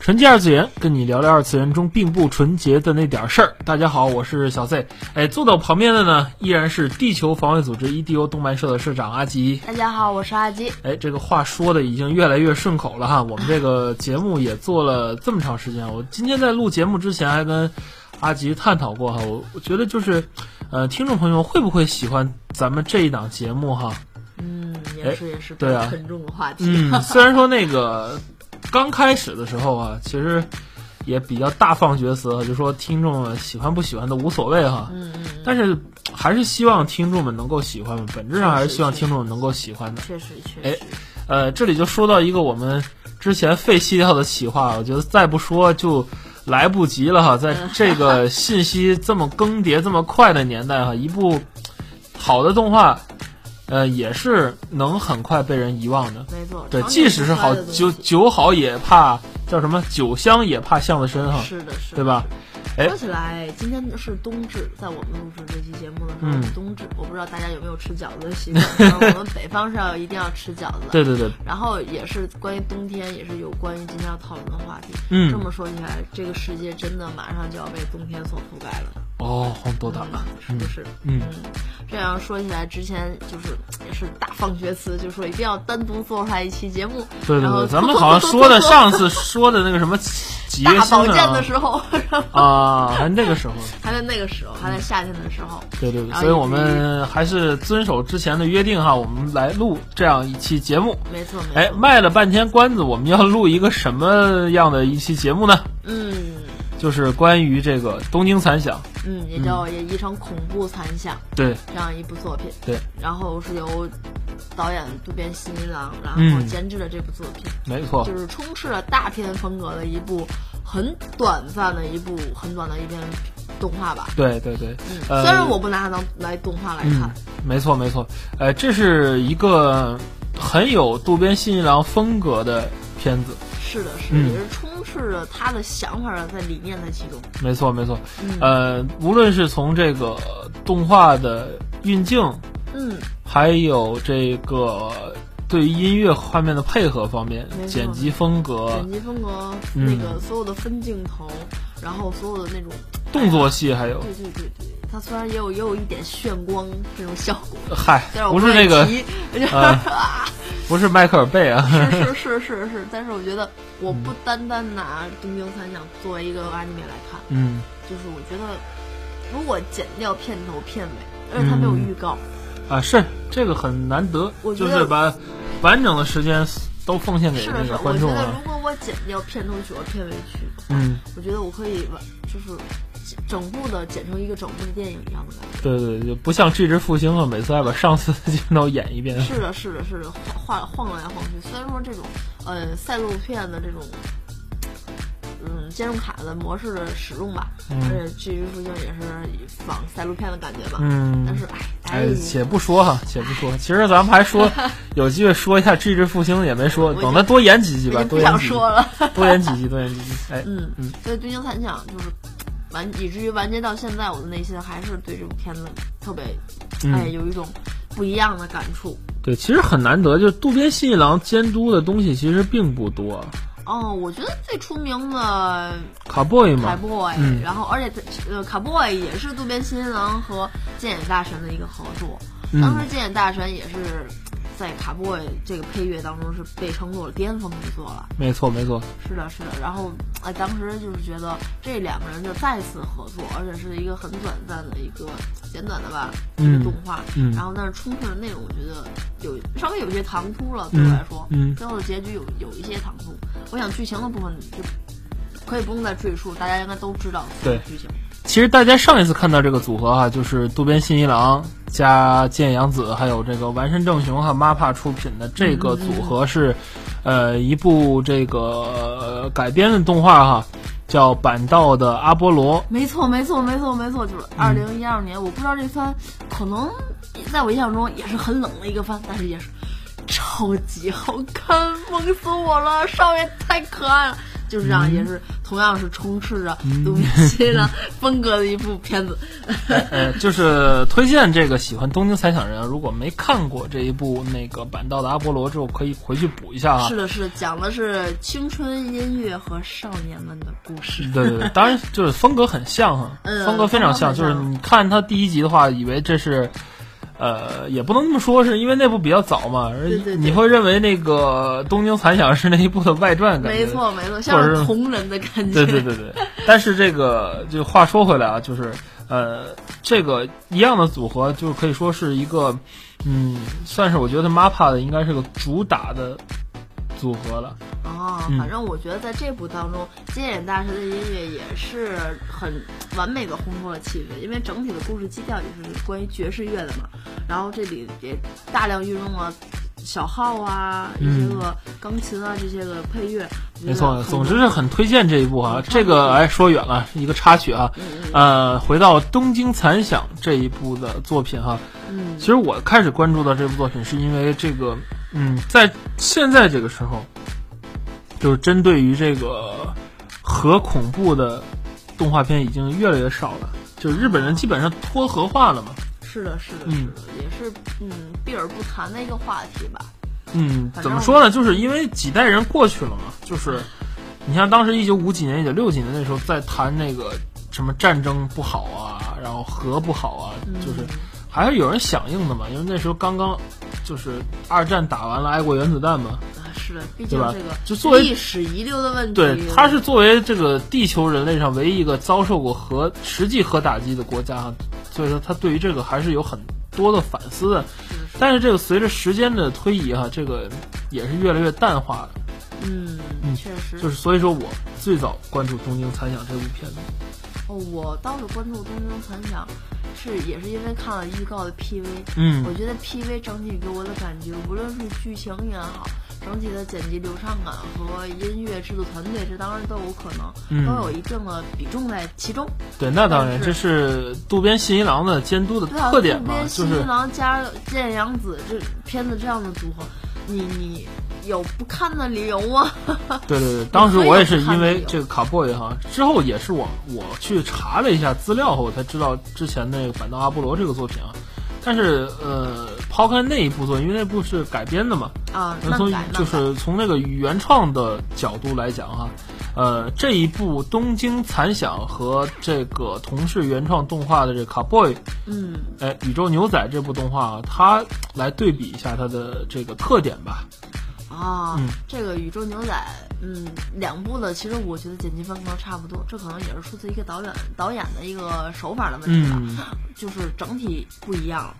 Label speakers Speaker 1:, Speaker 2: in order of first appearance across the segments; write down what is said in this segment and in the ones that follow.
Speaker 1: 纯洁二次元，跟你聊聊二次元中并不纯洁的那点事儿。大家好，我是小 Z。哎，坐到我旁边的呢，依然是地球防卫组织 E EDO 动漫社的社长阿吉。
Speaker 2: 大家好，我是阿吉。
Speaker 1: 哎，这个话说的已经越来越顺口了哈。我们这个节目也做了这么长时间，我今天在录节目之前还跟阿吉探讨过哈。我我觉得就是，呃，听众朋友们会不会喜欢咱们这一档节目哈？
Speaker 2: 嗯，也
Speaker 1: 哎
Speaker 2: 是也是，
Speaker 1: 对啊
Speaker 2: 比较沉重的话题。
Speaker 1: 嗯，虽然说那个刚开始的时候啊，其实也比较大放厥词，啊就说听众喜欢不喜欢都无所谓哈。
Speaker 2: 嗯嗯，嗯
Speaker 1: 但是还是希望听众们能够喜欢嘛，本质上还是希望
Speaker 2: 是是
Speaker 1: 听众们能够喜欢的。
Speaker 2: 确实确
Speaker 1: 哎
Speaker 2: 实，
Speaker 1: 呃，这里就说到一个我们之前废弃掉的企划，我觉得再不说就来不及了哈。
Speaker 2: 嗯
Speaker 1: 在这个信息这么更迭这么快的年代哈，一部好的动画，呃，也是能很快被人遗忘的。
Speaker 2: 没错。
Speaker 1: 对，
Speaker 2: 常年
Speaker 1: 即使是好
Speaker 2: 不衰的东西
Speaker 1: 酒酒好也怕叫什么酒香也怕巷子深哈，
Speaker 2: 是的，是的嗯
Speaker 1: 对吧？？
Speaker 2: 是的
Speaker 1: 哎
Speaker 2: 说起来，今天是冬至，在我们录制这期节目的时候
Speaker 1: 嗯
Speaker 2: 是冬至，我不知道大家有没有吃饺子的习惯。但是我们北方是要一定要吃饺子。。
Speaker 1: 对对对，
Speaker 2: 然后也是关于冬天，也是有关于今天要讨论的话题。
Speaker 1: 嗯
Speaker 2: 这么说起来，这个世界真的马上就要被冬天所覆盖了，
Speaker 1: 哦，黄豆大
Speaker 2: 懂吧？是不是？
Speaker 1: 嗯
Speaker 2: 这样说起来，之前就是也是大放厥词，就说一定要单独做出来一期节目。
Speaker 1: 对对
Speaker 2: 然后
Speaker 1: 对，咱们好像说的上次说的那个什么几月
Speaker 2: 大保
Speaker 1: 星
Speaker 2: 健的
Speaker 1: 啊
Speaker 2: 时候，然后
Speaker 1: 啊，还那个时候，
Speaker 2: 还在那个时候，还在夏天的时候，
Speaker 1: 对对对，
Speaker 2: 然后
Speaker 1: 所以我
Speaker 2: 以至于
Speaker 1: 们还是遵守之前的约定哈，我们来录这样一期节目。
Speaker 2: 没错没
Speaker 1: 哎，
Speaker 2: 错。
Speaker 1: 卖了半天关子，我们要录一个什么样的一期节目呢？
Speaker 2: 嗯
Speaker 1: 就是关于这个东京残响，
Speaker 2: 嗯，也叫也译成恐怖残响
Speaker 1: 对
Speaker 2: 这样一部作品，
Speaker 1: 对，
Speaker 2: 然后是由导演渡边信一郎然后
Speaker 1: 嗯
Speaker 2: 监制的这部作品，
Speaker 1: 没错，
Speaker 2: 就是充斥了大片风格的一部很短暂的一部很短的一篇动画吧。
Speaker 1: 对对对，
Speaker 2: 嗯，
Speaker 1: 呃
Speaker 2: 虽然我不拿它当来动画来看
Speaker 1: 嗯，，没错没错，呃，这是一个很有渡边信一郎风格的片子，
Speaker 2: 是的，是的，
Speaker 1: 嗯
Speaker 2: 也是充斥着他的想法在理念在其中。
Speaker 1: 没错没错，
Speaker 2: 嗯
Speaker 1: 呃，无论是从这个动画的运镜，
Speaker 2: 嗯，
Speaker 1: 还有这个对于音乐画面的配合方面
Speaker 2: 没，错
Speaker 1: 剪辑风格
Speaker 2: 剪、辑风格，
Speaker 1: 呃嗯
Speaker 2: 那个所有的分镜头，然后所有的那种，
Speaker 1: 动作戏，还有
Speaker 2: 对对对对，它虽然也有也有一点炫光这种效果，
Speaker 1: 嗨
Speaker 2: 但是，嗯我
Speaker 1: 不是那个
Speaker 2: 提，就是
Speaker 1: 呃
Speaker 2: 啊，
Speaker 1: 不是迈克尔贝啊，
Speaker 2: 是是是是，但是我觉得我不
Speaker 1: 嗯
Speaker 2: 单单拿《东京残响》作为一个 anime 来看，
Speaker 1: 嗯，
Speaker 2: 就是我觉得如果剪掉片头片尾，而且它没有
Speaker 1: 嗯
Speaker 2: 预告，
Speaker 1: 啊是这个很难得，
Speaker 2: 我觉
Speaker 1: 就
Speaker 2: 得
Speaker 1: 是把完整的时间都奉献给
Speaker 2: 是
Speaker 1: 那
Speaker 2: 的是
Speaker 1: 个
Speaker 2: 的，我
Speaker 1: 观
Speaker 2: 觉
Speaker 1: 众
Speaker 2: 得
Speaker 1: 了
Speaker 2: 如，果我剪掉片头曲和片尾曲，
Speaker 1: 嗯，
Speaker 2: 我觉得我可以把就是整部的剪成一个整部的电影一样的感觉。
Speaker 1: 对对，就不像这只复兴啊，每次还把上次的镜头演一遍。
Speaker 2: 是的，是的，是的，晃晃晃来晃去。虽然说这种，呃，赛璐片的这种，嗯，金融卡的模式的使用吧，呃
Speaker 1: 嗯
Speaker 2: 而且这支复兴也是仿赛璐片的感觉吧。但
Speaker 1: 嗯
Speaker 2: 是，哎，
Speaker 1: 哎，且
Speaker 2: 哎，
Speaker 1: 不说哈，且不说，其实咱们还 说有机会说一下《这只复兴》，也没说，
Speaker 2: 我已
Speaker 1: 等他多演几集
Speaker 2: 我
Speaker 1: 吧，
Speaker 2: 就不
Speaker 1: 多演
Speaker 2: 想
Speaker 1: 几集，
Speaker 2: 说了。
Speaker 1: 多演几集，多演几集。哎，
Speaker 2: 嗯
Speaker 1: 嗯，
Speaker 2: 所以《东京残响》就是完，以至于完结到现在，我的内心还是对这部片子特别，哎，
Speaker 1: 嗯，
Speaker 2: 有一种不一样的感触。
Speaker 1: 对，其实很难得，就是渡边信一郎监督的东西其实并不多，
Speaker 2: 哦，我觉得最出名的
Speaker 1: 卡 boy
Speaker 2: 卡
Speaker 1: 嘛，
Speaker 2: boy，、
Speaker 1: 嗯
Speaker 2: 然后而且他呃卡 boy 也是渡边新一郎和剑野大神的一个合作，当
Speaker 1: 嗯
Speaker 2: 时，剑野大神也是在卡 boy 这个配乐当中是被称作了巅峰之作了，
Speaker 1: 没错没错，
Speaker 2: 是的，是的。然后哎、当时就是觉得这两个人就再次合作，而且是一个很短暂的一个简短的吧一个
Speaker 1: 嗯
Speaker 2: 动画，
Speaker 1: 嗯
Speaker 2: 然后但是充斥的内容我觉得有稍微有些唐突了，对我
Speaker 1: 嗯
Speaker 2: 来说，
Speaker 1: 嗯
Speaker 2: 最后的结局有有一些唐突。我想剧情的部分就可以不用再赘述，大家应该都知道所有
Speaker 1: 对
Speaker 2: 剧情。
Speaker 1: 其实大家上一次看到这个组合哈、就是渡边信一郎加剑阳子，还有这个丸山正雄和 MAPPA 出品的这个组合是，呃，一部这个呃改编的动画哈、叫板道的阿波罗。
Speaker 2: 没错，没错，没错，没错，就是
Speaker 1: 嗯
Speaker 2: 二零一二年，我不知道这番可能在我印象中也是很冷的一个番，但是也是超级好看，萌死我了！少爷太可爱了，就是这样，
Speaker 1: 嗯
Speaker 2: 也是同样是充斥着鲁滨逊的风格的一部片 子。
Speaker 1: 呃，就是推荐这个喜欢东京猜想人，如果没看过这一部那个板道的阿波罗之后，可以回去补一下啊
Speaker 2: 是。的，是的，讲的是青春音乐和少年们的故事。
Speaker 1: 对对对，当然就是风格很像哈，
Speaker 2: 嗯
Speaker 1: 风格非常像。
Speaker 2: 风
Speaker 1: 就
Speaker 2: 格很
Speaker 1: 是
Speaker 2: 像
Speaker 1: 你看他第一集的话，以为这是，呃，也不能这么说，是因为那部比较早嘛，而
Speaker 2: 对对对
Speaker 1: 你会认为那个《东京残响》是那一部的外传，感觉
Speaker 2: 没错，没错，像
Speaker 1: 或者是
Speaker 2: 是同人的感
Speaker 1: 对
Speaker 2: 觉。
Speaker 1: 对对对， 但是这个就话说回来啊，就是呃，这个一样的组合，就是可以说是一个，嗯，算是我觉得 MAPPA 的应该是个主打的组合了。
Speaker 2: 哦，
Speaker 1: 嗯
Speaker 2: 反正我觉得在这部当中，菅野大师的音乐也是很完美的烘托了气氛，因为整体的故事基调也是关于爵士乐的嘛。然后这里也大量运用了小号啊，一些个钢琴啊这些个配乐。
Speaker 1: 嗯没错，总之是很推荐这一部啊。这个哎，说远了，是一个插曲啊。
Speaker 2: 嗯
Speaker 1: 呃，回到《东京残响》这一部的作品哈、
Speaker 2: 嗯
Speaker 1: 其实我开始关注到这部作品，是因为这个，嗯，在现在这个时候，就是针对于这个核恐怖的动画片已经越来越少了，就是日本人基本上脱核化了嘛。
Speaker 2: 是的，是的，
Speaker 1: 嗯
Speaker 2: 是的，也是嗯避而不谈的一个话题吧。
Speaker 1: 嗯，怎么说呢？就是因为几代人过去了嘛，就是你像当时一九五几年、一九六几年那时候在谈那个什么战争不好啊，然后核不好啊，
Speaker 2: 嗯
Speaker 1: 就是还是有人响应的嘛，因为那时候刚刚就是二战打完了，挨过原子弹嘛。
Speaker 2: 啊，是的，毕竟
Speaker 1: 对吧
Speaker 2: 这个
Speaker 1: 就作为
Speaker 2: 历史遗留的问题，
Speaker 1: 对，它是作为这个地球人类上唯一一个遭受过核实际核打击的国家，所以说它对于这个还是有很多的反思的。但是这个随着时间的推移哈、这个也是越来越淡化了。
Speaker 2: 嗯，确实
Speaker 1: 就是所以说我最早关注《东京残响》这部片子，
Speaker 2: 哦，我当时关注《东京残响》，是也是因为看了预告的 PV。
Speaker 1: 嗯
Speaker 2: 我觉得 PV 整体给我的感觉，无论是剧情也好，整体的剪辑流畅感和音乐制作团队，这当然都有可能，
Speaker 1: 嗯
Speaker 2: 都有一定的比重在其中。
Speaker 1: 对，那当然，
Speaker 2: 是
Speaker 1: 这是渡边信一郎的监督的
Speaker 2: 对啊，
Speaker 1: 特点
Speaker 2: 渡
Speaker 1: 嘛，
Speaker 2: 边
Speaker 1: 就
Speaker 2: 信
Speaker 1: 是
Speaker 2: 一郎加见阳子这片子这样的组合，你你有不看的理由吗？
Speaker 1: 对对对，当时我也是因为
Speaker 2: 有
Speaker 1: 这个卡 boy 哈，之后也是我我去查了一下资料后，我才知道之前那个《反道阿波罗》这个作品啊。但是呃，抛开那一部作品，因为那部是改编的嘛，
Speaker 2: 啊，
Speaker 1: 那从
Speaker 2: 漫改
Speaker 1: 就
Speaker 2: 漫改
Speaker 1: 是从那个原创的角度来讲哈、呃，这一部《东京残响》和这个同是原创动画的这《卡 boy》
Speaker 2: 嗯，
Speaker 1: 哎，《宇宙牛仔》这部动画，啊，它来对比一下它的这个特点吧。
Speaker 2: 啊，
Speaker 1: 嗯
Speaker 2: 这个《宇宙牛仔》，嗯，两部的其实我觉得剪辑风格差不多，这可能也是出自一个导演导演的一个手法的问题吧，
Speaker 1: 嗯，
Speaker 2: 就是整体不一样了。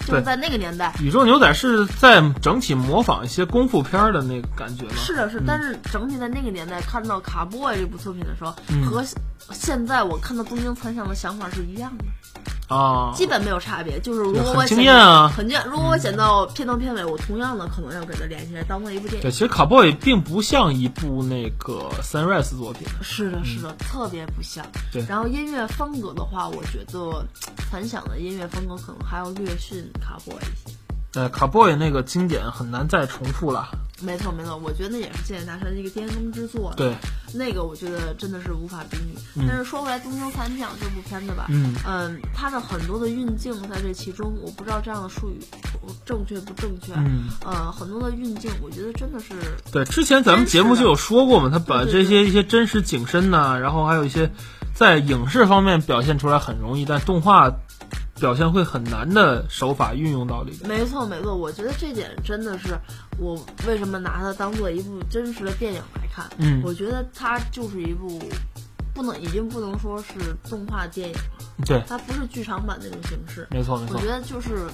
Speaker 2: 就
Speaker 1: 对
Speaker 2: 是在那个年代，
Speaker 1: 《宇宙牛仔》是在整体模仿一些功夫片儿的那个感觉吗？
Speaker 2: 是的是，但是整体在那个年代看到《卡布埃》这部作品的时候，
Speaker 1: 嗯
Speaker 2: 和现在我看到《东京残响》的想法是一样的，
Speaker 1: 啊，
Speaker 2: 基本没有差别。就是如果
Speaker 1: 很
Speaker 2: 我
Speaker 1: 惊
Speaker 2: 剪
Speaker 1: 艳啊
Speaker 2: 很惊艳。如果我剪到片头片尾，我同样的可能要给它联系来当做一部电影
Speaker 1: 对，。其实《卡 boy》并不像一部那个 Sunrise 作品。
Speaker 2: 是的，是的，特别不像。
Speaker 1: 嗯对
Speaker 2: 然后音乐风格的话，我觉得反响的音乐风格可能还要略逊卡波一些。
Speaker 1: 呃，《卡 boy》那个经典很难再重复了。
Speaker 2: 没错，没错，我觉得那也是剑野大山的一个巅峰之作。，
Speaker 1: 对，
Speaker 2: 那个我觉得真的是无法比拟。但是说回来，《东京残响》这部片子吧，
Speaker 1: 嗯
Speaker 2: 它的很多的运镜在这其中，我不知道这样的术语正确不正确。
Speaker 1: 嗯，
Speaker 2: 呃，很多的运镜，我觉得真的是
Speaker 1: 对，之前咱们节目就有说过嘛，他把
Speaker 2: 对
Speaker 1: 这
Speaker 2: 对
Speaker 1: 些一些真实景深呐、然后还有一些在影视方面表现出来很容易，但动画表现会很难的手法运用到里边。
Speaker 2: 没错，没错，我觉得这点真的是我为什么拿它当做一部真实的电影来看。
Speaker 1: 嗯
Speaker 2: 我觉得它就是一部不能已经不能说是动画电影了，
Speaker 1: 对，
Speaker 2: 它不是剧场版那种形式。
Speaker 1: 没错没
Speaker 2: 我
Speaker 1: 错
Speaker 2: 觉，得就是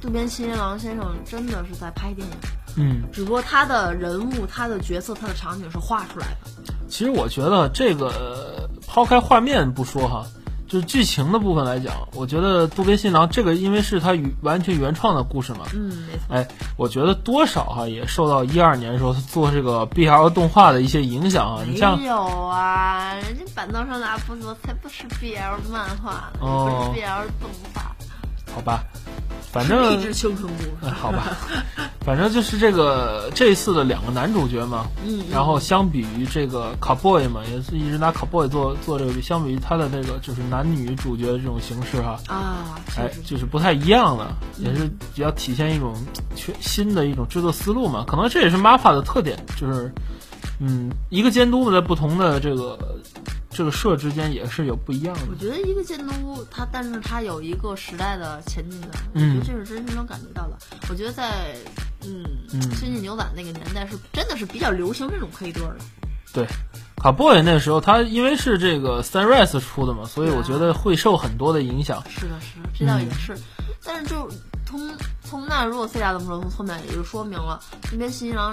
Speaker 2: 渡边信一郎先生真的是在拍电影，
Speaker 1: 嗯。
Speaker 2: 只不过他的人物、他的角色、他的场景是画出来的。
Speaker 1: 其实我觉得这个呃抛开画面不说哈，就是剧情的部分来讲，我觉得《渡边新郎》这个，因为是他原完全原创的故事嘛，
Speaker 2: 嗯，没错。
Speaker 1: 哎，我觉得多少哈、也受到一二年的时候他做这个 BL 动画的一些影响啊。你像
Speaker 2: 没有啊，人家板凳上的阿波罗才不是 BL 漫画呢，
Speaker 1: 哦
Speaker 2: 不是 BL 动画，
Speaker 1: 好吧，反
Speaker 2: 励
Speaker 1: 正
Speaker 2: 志青春故
Speaker 1: 哎
Speaker 2: 事。
Speaker 1: 好吧， 反正就是这个这次的两个男主角嘛，
Speaker 2: 嗯，
Speaker 1: 然后相比于这个 Cowboy 嘛，也是一直拿 Cowboy 做做这个，相比于他的这个就是男女主角的这种形式哈、
Speaker 2: 啊，
Speaker 1: 哎
Speaker 2: 确实，
Speaker 1: 就是不太一样了，也是比较体现一种全新的一种制作思路嘛。可能这也是 MAPPA 的特点，就是嗯，一个监督在不同的这个这个社之间也是有不一样
Speaker 2: 我
Speaker 1: 的。
Speaker 2: 觉得一个监督，他但是他有一个时代的前进感，
Speaker 1: 嗯
Speaker 2: 我觉得这是真正能感觉到的。我觉得在嗯，
Speaker 1: 嗯
Speaker 2: 新际牛仔那个年代是真的是比较流行这种 K 歌的，
Speaker 1: 对，Cowboy 那时候他因为是这个 Sunrise 出的嘛，所以我觉得会受很多的影响。
Speaker 2: 是的，是的，这倒也是。
Speaker 1: 嗯
Speaker 2: 但是就从从那如果 C 大这么说，从后面也就说明了那边新郎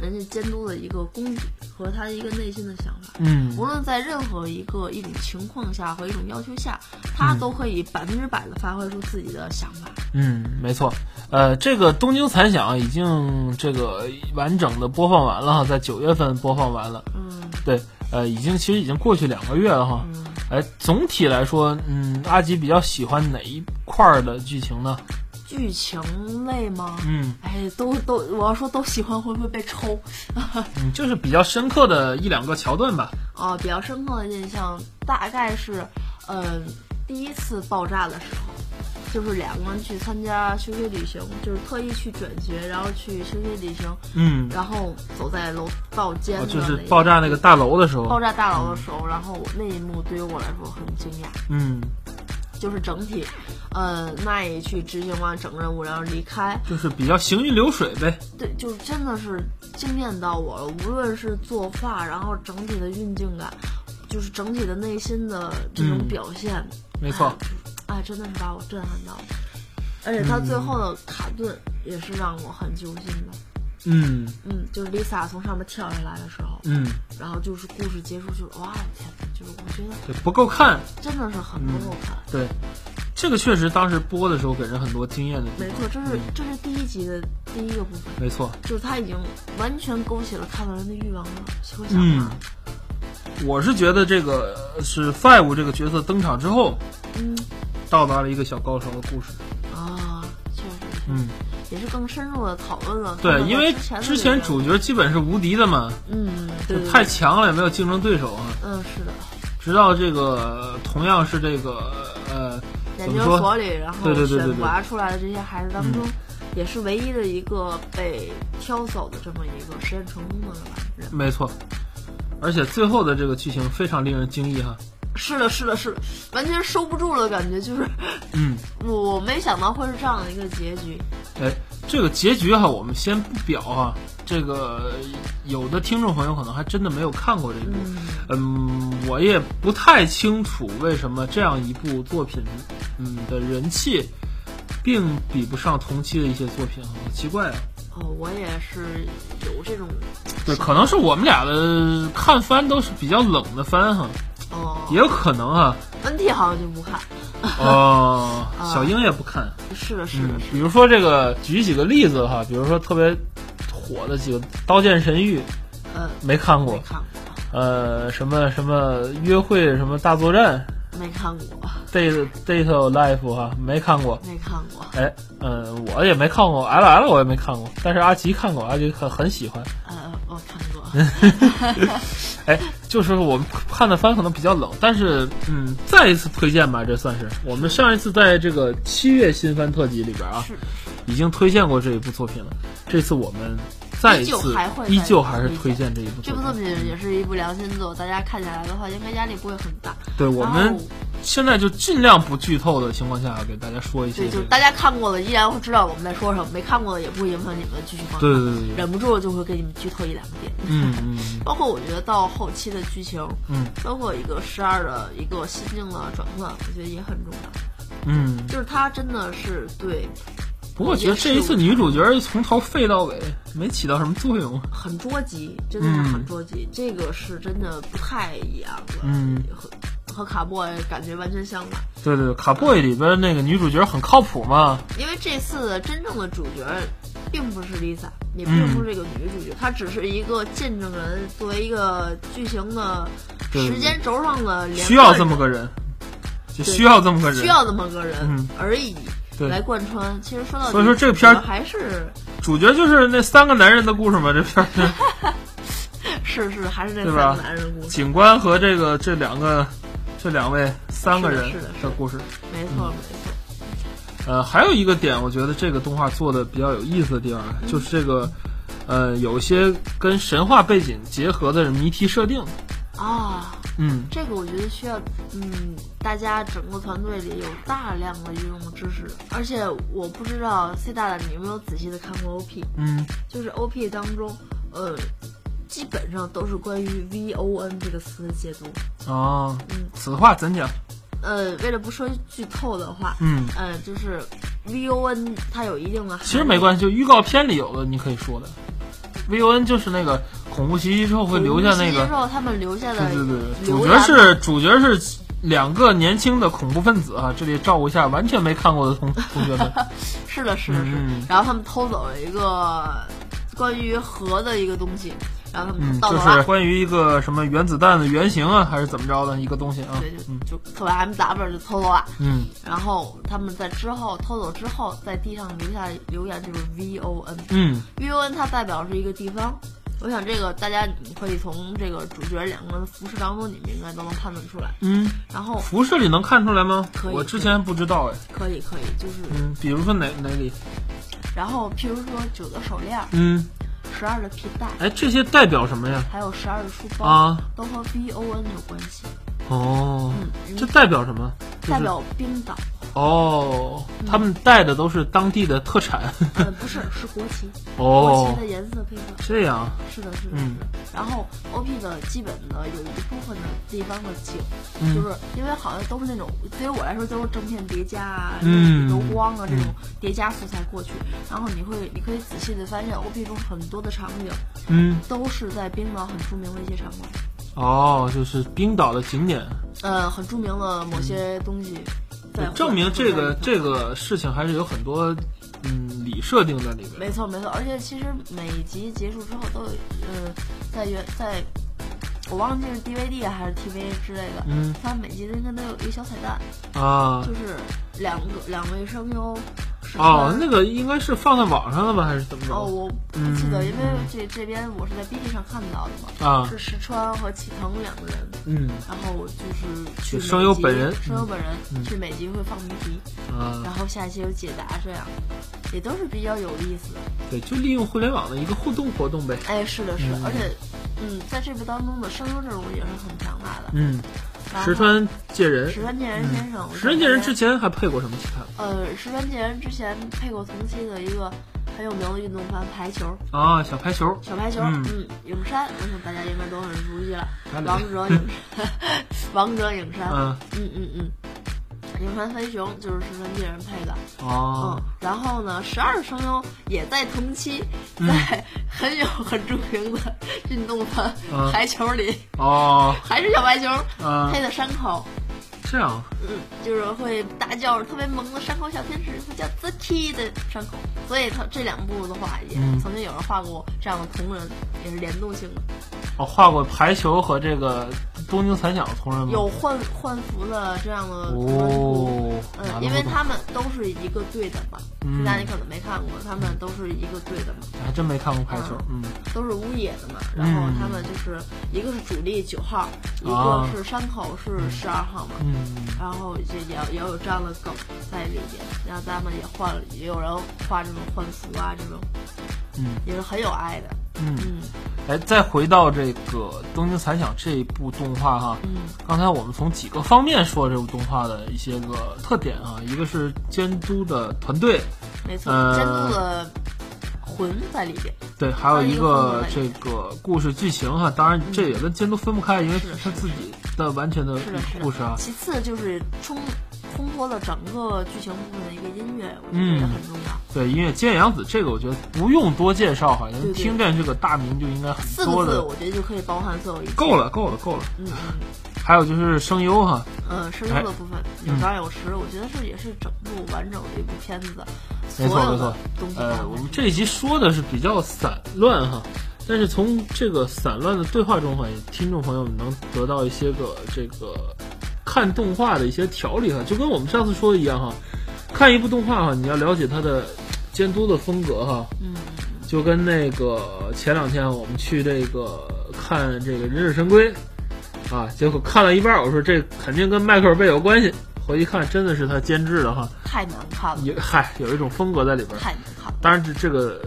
Speaker 2: 人家监督的一个功底和他一个内心的想法。
Speaker 1: 嗯
Speaker 2: 无论在任何一个一种情况下和一种要求下，他都可以百分之百的发挥出自己的想法。
Speaker 1: 嗯，没错。呃，这个《东京残响》已经这个完整的播放完了哈，在九月份播放完了。
Speaker 2: 嗯
Speaker 1: 对，呃，已经其实已经过去两个月了哈。
Speaker 2: 嗯，
Speaker 1: 哎，总体来说，嗯，阿吉比较喜欢哪一块儿的剧情呢？
Speaker 2: 剧情类吗？
Speaker 1: 嗯，
Speaker 2: 哎，都都，我要说都喜欢会不会被抽？
Speaker 1: 嗯，就是比较深刻的一两个桥段吧。
Speaker 2: 啊，比较深刻的印象大概是，呃，第一次爆炸的时候，就是两个人去参加休学旅行，就是特意去转学，然后去休学旅行，
Speaker 1: 嗯，
Speaker 2: 然后走在楼道间
Speaker 1: 哦
Speaker 2: 的、
Speaker 1: 就是爆炸那个大楼的时
Speaker 2: 爆
Speaker 1: 候。
Speaker 2: 炸大楼的时候，然后那一幕对于我来说很惊讶，
Speaker 1: 嗯，
Speaker 2: 就是整体，呃，奈也去执行完整任务，然后离开，
Speaker 1: 就是比较行云流水呗。
Speaker 2: 对，就是真的是惊艳到我了。无论是作画，然后整体的运镜感，就是整体的内心的这种
Speaker 1: 嗯
Speaker 2: 表现，
Speaker 1: 没错。
Speaker 2: 哎，真的是把我震撼到了。而且他最后的卡顿也是让我很揪心的。
Speaker 1: 嗯
Speaker 2: 嗯，就是 Lisa 从上面跳下来的时候，
Speaker 1: 嗯，
Speaker 2: 然后就是故事结束，就是哇，我天哪，就是我觉得
Speaker 1: 对，不够看。
Speaker 2: 真的是很
Speaker 1: 嗯
Speaker 2: 不够看。
Speaker 1: 对，这个确实当时播的时候给人很多惊艳的地
Speaker 2: 没
Speaker 1: 方。
Speaker 2: 错，这是这是第一集的第一个部分，
Speaker 1: 没错。
Speaker 2: 就是他已经完全勾起了看到人的欲望了，和想
Speaker 1: 嗯
Speaker 2: 法。，
Speaker 1: 我是觉得这个呃是 Five 这个角色登场之后，
Speaker 2: 嗯
Speaker 1: 到达了一个小高潮的故事。
Speaker 2: 啊，确实是。
Speaker 1: 嗯。
Speaker 2: 也是更深入的讨论了。
Speaker 1: 对，因为
Speaker 2: 之
Speaker 1: 之前主角基本是无敌的嘛，
Speaker 2: 嗯，对
Speaker 1: 就
Speaker 2: 对对
Speaker 1: 太强了，也没有竞争对手啊。
Speaker 2: 嗯是的，
Speaker 1: 直到这个同样是这个呃，怎
Speaker 2: 研究
Speaker 1: 么说
Speaker 2: 所里，然后
Speaker 1: 对对对对嗯
Speaker 2: 选
Speaker 1: 对
Speaker 2: 拔出来的这些孩子当中，也是唯一的一个被挑走的这么一个实验成功的人。
Speaker 1: 没错，而且最后的这个剧情非常令人惊异哈。
Speaker 2: 是的，是的，是的，完全收不住了，感觉就是
Speaker 1: 嗯，
Speaker 2: 我没想到会是这样的一个结局。
Speaker 1: 哎，这个结局哈，我们先不表哈。这个有的听众朋友可能还真的没有看过这一部，嗯，我也不太清楚为什么这样一部作品，嗯的人气，并比不上同期的一些作品哈，好奇怪啊。
Speaker 2: 哦，我也是有这种
Speaker 1: 对，可能是我们俩的看番都是比较冷的番哈，
Speaker 2: 哦
Speaker 1: 也有可能啊哈。
Speaker 2: 问题，好像就不看。
Speaker 1: 哦，小英也不看。
Speaker 2: 是的，是
Speaker 1: 嗯
Speaker 2: 的，是，
Speaker 1: 比如说这个，举几个例子哈，比如说特别火的几个《刀剑神域》
Speaker 2: 的，呃，
Speaker 1: 没看
Speaker 2: 没
Speaker 1: 过，
Speaker 2: 看过，
Speaker 1: 呃，什么什么约会什么大作战
Speaker 2: 没看过，
Speaker 1: ，Date Date of Life 哈，没看过。
Speaker 2: 没看过。
Speaker 1: 哎，嗯、我也没看过，L L 我也没看过，但是阿吉看过，阿吉很很喜欢。
Speaker 2: 呃，我看过。
Speaker 1: 哎，就是我们看的番可能比较冷，但是嗯，再一次推荐吧，这算是我们上一次在这个七月新番特辑里边啊，
Speaker 2: 是
Speaker 1: 已经推荐过这一部作品了。这次我们再一
Speaker 2: 依旧
Speaker 1: 次
Speaker 2: 还会再
Speaker 1: 依旧还是推
Speaker 2: 推
Speaker 1: 荐这一部
Speaker 2: 这
Speaker 1: 作
Speaker 2: 部作品
Speaker 1: 品。
Speaker 2: 也是一部良心作，大家看下来的话，应该压力不会很大。
Speaker 1: 对，我
Speaker 2: 然
Speaker 1: 们
Speaker 2: 后
Speaker 1: 现在就尽量不剧透的情况下给大家说一些
Speaker 2: 对，
Speaker 1: 这
Speaker 2: 就是
Speaker 1: 个。
Speaker 2: 大家看过了，依然会知道我们在说什么；没看过的也不会影响你们继续观看。
Speaker 1: 对对对对，
Speaker 2: 忍不住就会给你们剧透一两个点。
Speaker 1: 嗯嗯
Speaker 2: 包括我觉得到后期的剧情，
Speaker 1: 嗯，
Speaker 2: 包括一个十二的一个心境的转换，我觉得也很重要。
Speaker 1: 嗯。
Speaker 2: 就是他真的是对
Speaker 1: 不过我觉得这一次女主角从头废到尾，没起到什么作用。啊
Speaker 2: 很
Speaker 1: 嗯
Speaker 2: 捉急，真的是很捉急，这个是真的不太一样了。
Speaker 1: 嗯
Speaker 2: 很和卡莫感觉完全相反。
Speaker 1: 对对，对卡布里里边那个女主角很靠谱嘛，
Speaker 2: 因为这次的真正的主角并不是 Lisa，
Speaker 1: 嗯
Speaker 2: 也并不是这个女主角，她只是一个见证人，作为一个剧情的
Speaker 1: 对
Speaker 2: 时间轴上的连贯人
Speaker 1: 需要这么个人，就需要这么个人，
Speaker 2: 需要这么个人
Speaker 1: 嗯
Speaker 2: 而已。
Speaker 1: 对
Speaker 2: 来贯穿，其实说到底，
Speaker 1: 所以说这片儿
Speaker 2: 我还是
Speaker 1: 主角就是那三个男人的故事嘛，这片儿
Speaker 2: 是是还是那
Speaker 1: 对吧
Speaker 2: 三个男人故事，
Speaker 1: 警官和这个这两个这两位三个人
Speaker 2: 是的是的是
Speaker 1: 的
Speaker 2: 的
Speaker 1: 故事。
Speaker 2: 没错
Speaker 1: 嗯
Speaker 2: 没错。
Speaker 1: 呃，还有一个点，我觉得这个动画做的比较有意思的地方，
Speaker 2: 嗯
Speaker 1: 就是这个，呃，有一些跟神话背景结合的谜题设定。
Speaker 2: 啊，
Speaker 1: 嗯，
Speaker 2: 这个我觉得需要，嗯，大家整个团队里有大量的运用知识，而且我不知道 C 大大你有没有仔细的看过 OP，
Speaker 1: 嗯，
Speaker 2: 就是 OP 当中，呃，基本上都是关于 VON 这个词的解读。
Speaker 1: 哦，
Speaker 2: 嗯
Speaker 1: 此话怎讲？
Speaker 2: 呃，为了不说剧透的话，
Speaker 1: 嗯，
Speaker 2: 呃，就是 VON 它有一定的，
Speaker 1: 其实没关系，就预告片里有的你可以说的。V O N 就是那个恐怖袭击之后会留下那
Speaker 2: 之
Speaker 1: 个，
Speaker 2: 后他们留下
Speaker 1: 对
Speaker 2: 的
Speaker 1: 对对，对
Speaker 2: 留
Speaker 1: 主
Speaker 2: 言
Speaker 1: 角是主角是两个年轻的恐怖分子啊，这里照顾一下完全没看过的同同学 们。
Speaker 2: 是的，是的，是的
Speaker 1: 嗯
Speaker 2: 然后他们偷走了一个关于核的一个东西，然后他们
Speaker 1: 嗯，
Speaker 2: 盗走
Speaker 1: 就
Speaker 2: 了。
Speaker 1: 是关于一个什么原子弹的原型啊，还是怎么着的一个东西啊
Speaker 2: 对，？就
Speaker 1: 嗯
Speaker 2: 就特别 MW 就偷走了，
Speaker 1: 嗯
Speaker 2: 然后他们在之后偷走之后，在地上留下留言就是 VON，VON
Speaker 1: 嗯，
Speaker 2: 它代表是一个地方，我想这个大家你可以从这个主角两个人的服饰当中，你们应该都能判断出来。
Speaker 1: 嗯，
Speaker 2: 然后
Speaker 1: 服饰里能看出来吗
Speaker 2: 可？以
Speaker 1: 我之前不知道哎。
Speaker 2: 可以可以就是，
Speaker 1: 嗯，比如说哪哪里？
Speaker 2: 然后譬如说九的手链、
Speaker 1: 嗯，
Speaker 2: 十二的皮带，
Speaker 1: 哎，这些代表什么呀？
Speaker 2: 还有十二的书包，
Speaker 1: 啊，
Speaker 2: 都和 VON 有关系。
Speaker 1: 哦，
Speaker 2: 嗯
Speaker 1: 这代表什么？就是
Speaker 2: 代表冰岛，
Speaker 1: 哦，他们带的都是当地的特产。
Speaker 2: 呃，不是，是国旗，国
Speaker 1: 哦
Speaker 2: 旗的，颜色配色，
Speaker 1: 这样，
Speaker 2: 是的，是的，
Speaker 1: 嗯
Speaker 2: 是的。然后 OP 的基本的有一部分的地方的景，就
Speaker 1: 嗯
Speaker 2: 是因为好像都是那种，对于我来说都是正片叠加啊、
Speaker 1: 嗯
Speaker 2: 柔光啊这种叠加素材过去，然后你会，你可以仔细的发现 OP 中很多的场景
Speaker 1: 嗯，
Speaker 2: 都是在冰岛很著名的一些场馆，
Speaker 1: 哦，就是冰岛的景点，
Speaker 2: 呃，很著名的某些东西在。
Speaker 1: 嗯证明这个
Speaker 2: 在
Speaker 1: 这个事情还是有很多嗯理设定在里面。
Speaker 2: 没错没错，而且其实每集结束之后都有，呃，在原在，我忘记是 DVD 还是 TV 之类的，
Speaker 1: 嗯
Speaker 2: 它每集应该都有一个小彩蛋，
Speaker 1: 啊
Speaker 2: 就，是两个两位声优是
Speaker 1: 哦，
Speaker 2: 分
Speaker 1: 那个应该是放在网上了吧，还是怎么
Speaker 2: 哦，
Speaker 1: 着？
Speaker 2: 我不记得，
Speaker 1: 嗯
Speaker 2: 因为这这边我是在 B 站上看到的嘛，
Speaker 1: 啊，
Speaker 2: 是石川和齐藤两个人，
Speaker 1: 嗯
Speaker 2: 然后就是去
Speaker 1: 就声优
Speaker 2: 每集
Speaker 1: 本人
Speaker 2: 声优本人、
Speaker 1: 嗯
Speaker 2: 去每集会放谜题，
Speaker 1: 啊，
Speaker 2: 然后下一期有解答，这样也都是比较有意思的。
Speaker 1: 对，就利用互联网的一个互动活动呗。
Speaker 2: 哎，是的，是的，而且，嗯，在这部当中的声优阵容也是很强大的。
Speaker 1: 嗯，
Speaker 2: 然后
Speaker 1: 石川介人，
Speaker 2: 石川健人先生，
Speaker 1: 石川介人之前还配过什么其他的？
Speaker 2: 呃，石川健人之前配过同期的一个很有名的运动番排球，
Speaker 1: 啊，小排球，
Speaker 2: 小排球，
Speaker 1: 嗯
Speaker 2: 嗯，影山，我想大家应该都很熟悉了
Speaker 1: 他，俩
Speaker 2: 王者影山， 王者影山，
Speaker 1: 嗯，
Speaker 2: 嗯嗯嗯，影山飞雄就是石川健人配的，
Speaker 1: 哦
Speaker 2: 嗯，，然后呢，十二声优也在同期，
Speaker 1: 嗯
Speaker 2: 在 很有很著名的运动番
Speaker 1: 嗯
Speaker 2: 排球里。
Speaker 1: 哦，
Speaker 2: 还是小白熊
Speaker 1: 啊
Speaker 2: 配，的山口，
Speaker 1: 这样，
Speaker 2: 嗯，就是会大叫特别萌的山口小天使，会叫 Zuki 的山口，所以它这两部的话，也
Speaker 1: 嗯
Speaker 2: 曾经有人画过这样的同人，也是联动性的，
Speaker 1: 哦，画过排球和这个东京残响的同人吗？
Speaker 2: 有换换服的这样的同人图。
Speaker 1: 哦，
Speaker 2: 嗯，因为他们都是一个队的嘛，
Speaker 1: 嗯
Speaker 2: 其他你可能没看过，他们都是一个队的嘛，
Speaker 1: 还真没看过排球，嗯，
Speaker 2: 都是乌野的嘛，然后他们就是一个是主力九号，一个
Speaker 1: 啊
Speaker 2: 是山口是十二号嘛，
Speaker 1: 嗯，
Speaker 2: 然后也也也有这样的梗在里边，然后咱们也换了，也有人画这种换服啊，这种，
Speaker 1: 嗯，
Speaker 2: 也是很有爱的，
Speaker 1: 嗯，
Speaker 2: 嗯
Speaker 1: 哎，再回到这个《东京残响》这一部动画哈，
Speaker 2: 嗯
Speaker 1: 刚才我们从几个方面说这部动画的一些个特点啊，一个是监督的团队，
Speaker 2: 没错，
Speaker 1: 呃
Speaker 2: 监督的魂在里边，
Speaker 1: 对，还有一个
Speaker 2: 还有
Speaker 1: 这
Speaker 2: 一
Speaker 1: 个故事剧情哈，当然这也跟监督分不开，因为
Speaker 2: 是的
Speaker 1: 他自己的完全的
Speaker 2: 是的，是
Speaker 1: 故事啊
Speaker 2: 的。，其次就是冲烘托了整个剧情部分的一个音乐，我觉得
Speaker 1: 嗯
Speaker 2: 也很重要。
Speaker 1: 对，因为菅野洋子这个我觉得不用多介绍哈，因
Speaker 2: 对
Speaker 1: 为
Speaker 2: 对
Speaker 1: 听见这个大名就应该很
Speaker 2: 四
Speaker 1: 多
Speaker 2: 个字，
Speaker 1: 的
Speaker 2: 我觉得就可以包含所有一切
Speaker 1: 够。了，够了，够了。
Speaker 2: 嗯嗯。
Speaker 1: 还有就是声优哈，
Speaker 2: 呃，声优
Speaker 1: 哎
Speaker 2: 的部分
Speaker 1: 嗯
Speaker 2: 有张友石，我觉得是也是整部完整的一部片子的所
Speaker 1: 没错
Speaker 2: 有
Speaker 1: 没错
Speaker 2: 的东西吧。
Speaker 1: 呃，我们这一集说的是比较散乱哈，但是从这个散乱的对话中，哈，听众朋友们能得到一些个这个看动画的一些条理哈，就跟我们上次说的一样哈，看一部动画哈，你要了解它的监督的风格哈，
Speaker 2: 嗯，
Speaker 1: 就跟那个前两天我们去这个看这个《忍者神龟》，啊，结果看了一半儿，我说这肯定跟迈克尔贝有关系，回去看真的是他监制的哈，
Speaker 2: 太难看了，
Speaker 1: 也嗨有一种风格在里边儿。
Speaker 2: 太难看了。
Speaker 1: 当然这这个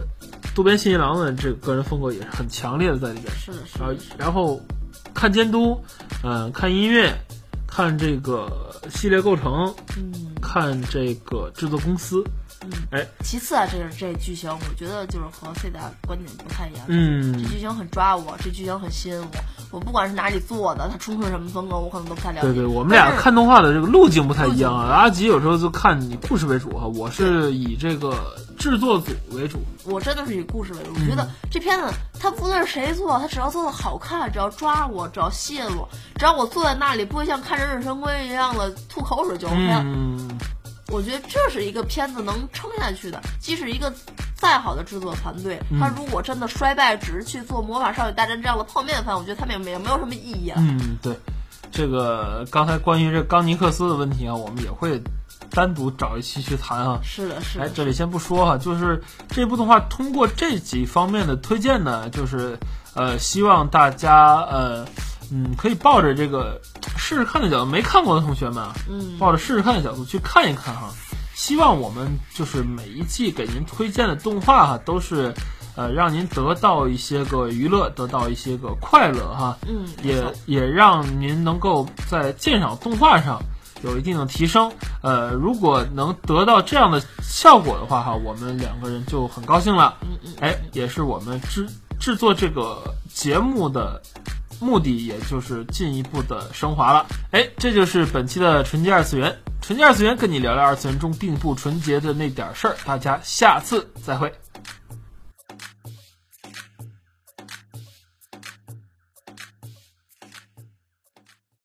Speaker 1: 渡边信一郎的这个个人风格也是很强烈的在里边。
Speaker 2: 是的，是
Speaker 1: 啊
Speaker 2: 的，是，的。
Speaker 1: 然后看监督，嗯、看音乐，看这个系列构成，
Speaker 2: 嗯，
Speaker 1: 看这个制作公司，哎
Speaker 2: 其次啊，这是这剧情，我觉得就是和 C 的观点不太一样。这
Speaker 1: 嗯，
Speaker 2: 剧情很抓我，这剧情很吸引我。我不管是哪里做的，它出自什么风格，我可能都不太了解。
Speaker 1: 对对，我们俩
Speaker 2: 但是
Speaker 1: 看动画的这个路径不太一样啊。阿吉有时候就看以故事为主啊，我是以这个制作组为主。
Speaker 2: 我真的是以故事为主。我觉得
Speaker 1: 嗯
Speaker 2: 这片子，它不论是谁做，它只要做的好看，只要抓我，只要吸引我，只要我坐在那里不会像看《忍者神龟》一样的吐口水就 OK 了。
Speaker 1: 嗯，
Speaker 2: 我觉得这是一个片子能撑下去的，即使一个再好的制作团队，
Speaker 1: 嗯
Speaker 2: 他如果真的衰败，只是去做《魔法少女大战》这样的泡面番，我觉得他们也没有没有什么意义了。
Speaker 1: 嗯，对，这个刚才关于这冈尼克斯的问题啊，我们也会单独找一期去谈啊。
Speaker 2: 是的，是
Speaker 1: 哎，
Speaker 2: 的，
Speaker 1: 这里先不说哈、就是这部动画通过这几方面的推荐呢，就是呃，希望大家呃，嗯，可以抱着这个试试看的角度，没看过的同学们啊，
Speaker 2: 嗯，
Speaker 1: 抱着试试看的角度去看一看哈。希望我们就是每一季给您推荐的动画哈，都是呃让您得到一些个娱乐，得到一些个快乐哈。
Speaker 2: 嗯，没
Speaker 1: 也
Speaker 2: 错
Speaker 1: 也让您能够在鉴赏动画上有一定的提升。呃，如果能得到这样的效果的话，哈，我们两个人就很高兴了。
Speaker 2: 嗯嗯，
Speaker 1: 哎，也是我们制制作这个节目的目的，也就是进一步的升华了。哎，这就是本期的纯洁二次元。纯洁二次元跟你聊聊二次元中并不纯洁的那点事儿，大家下次再会。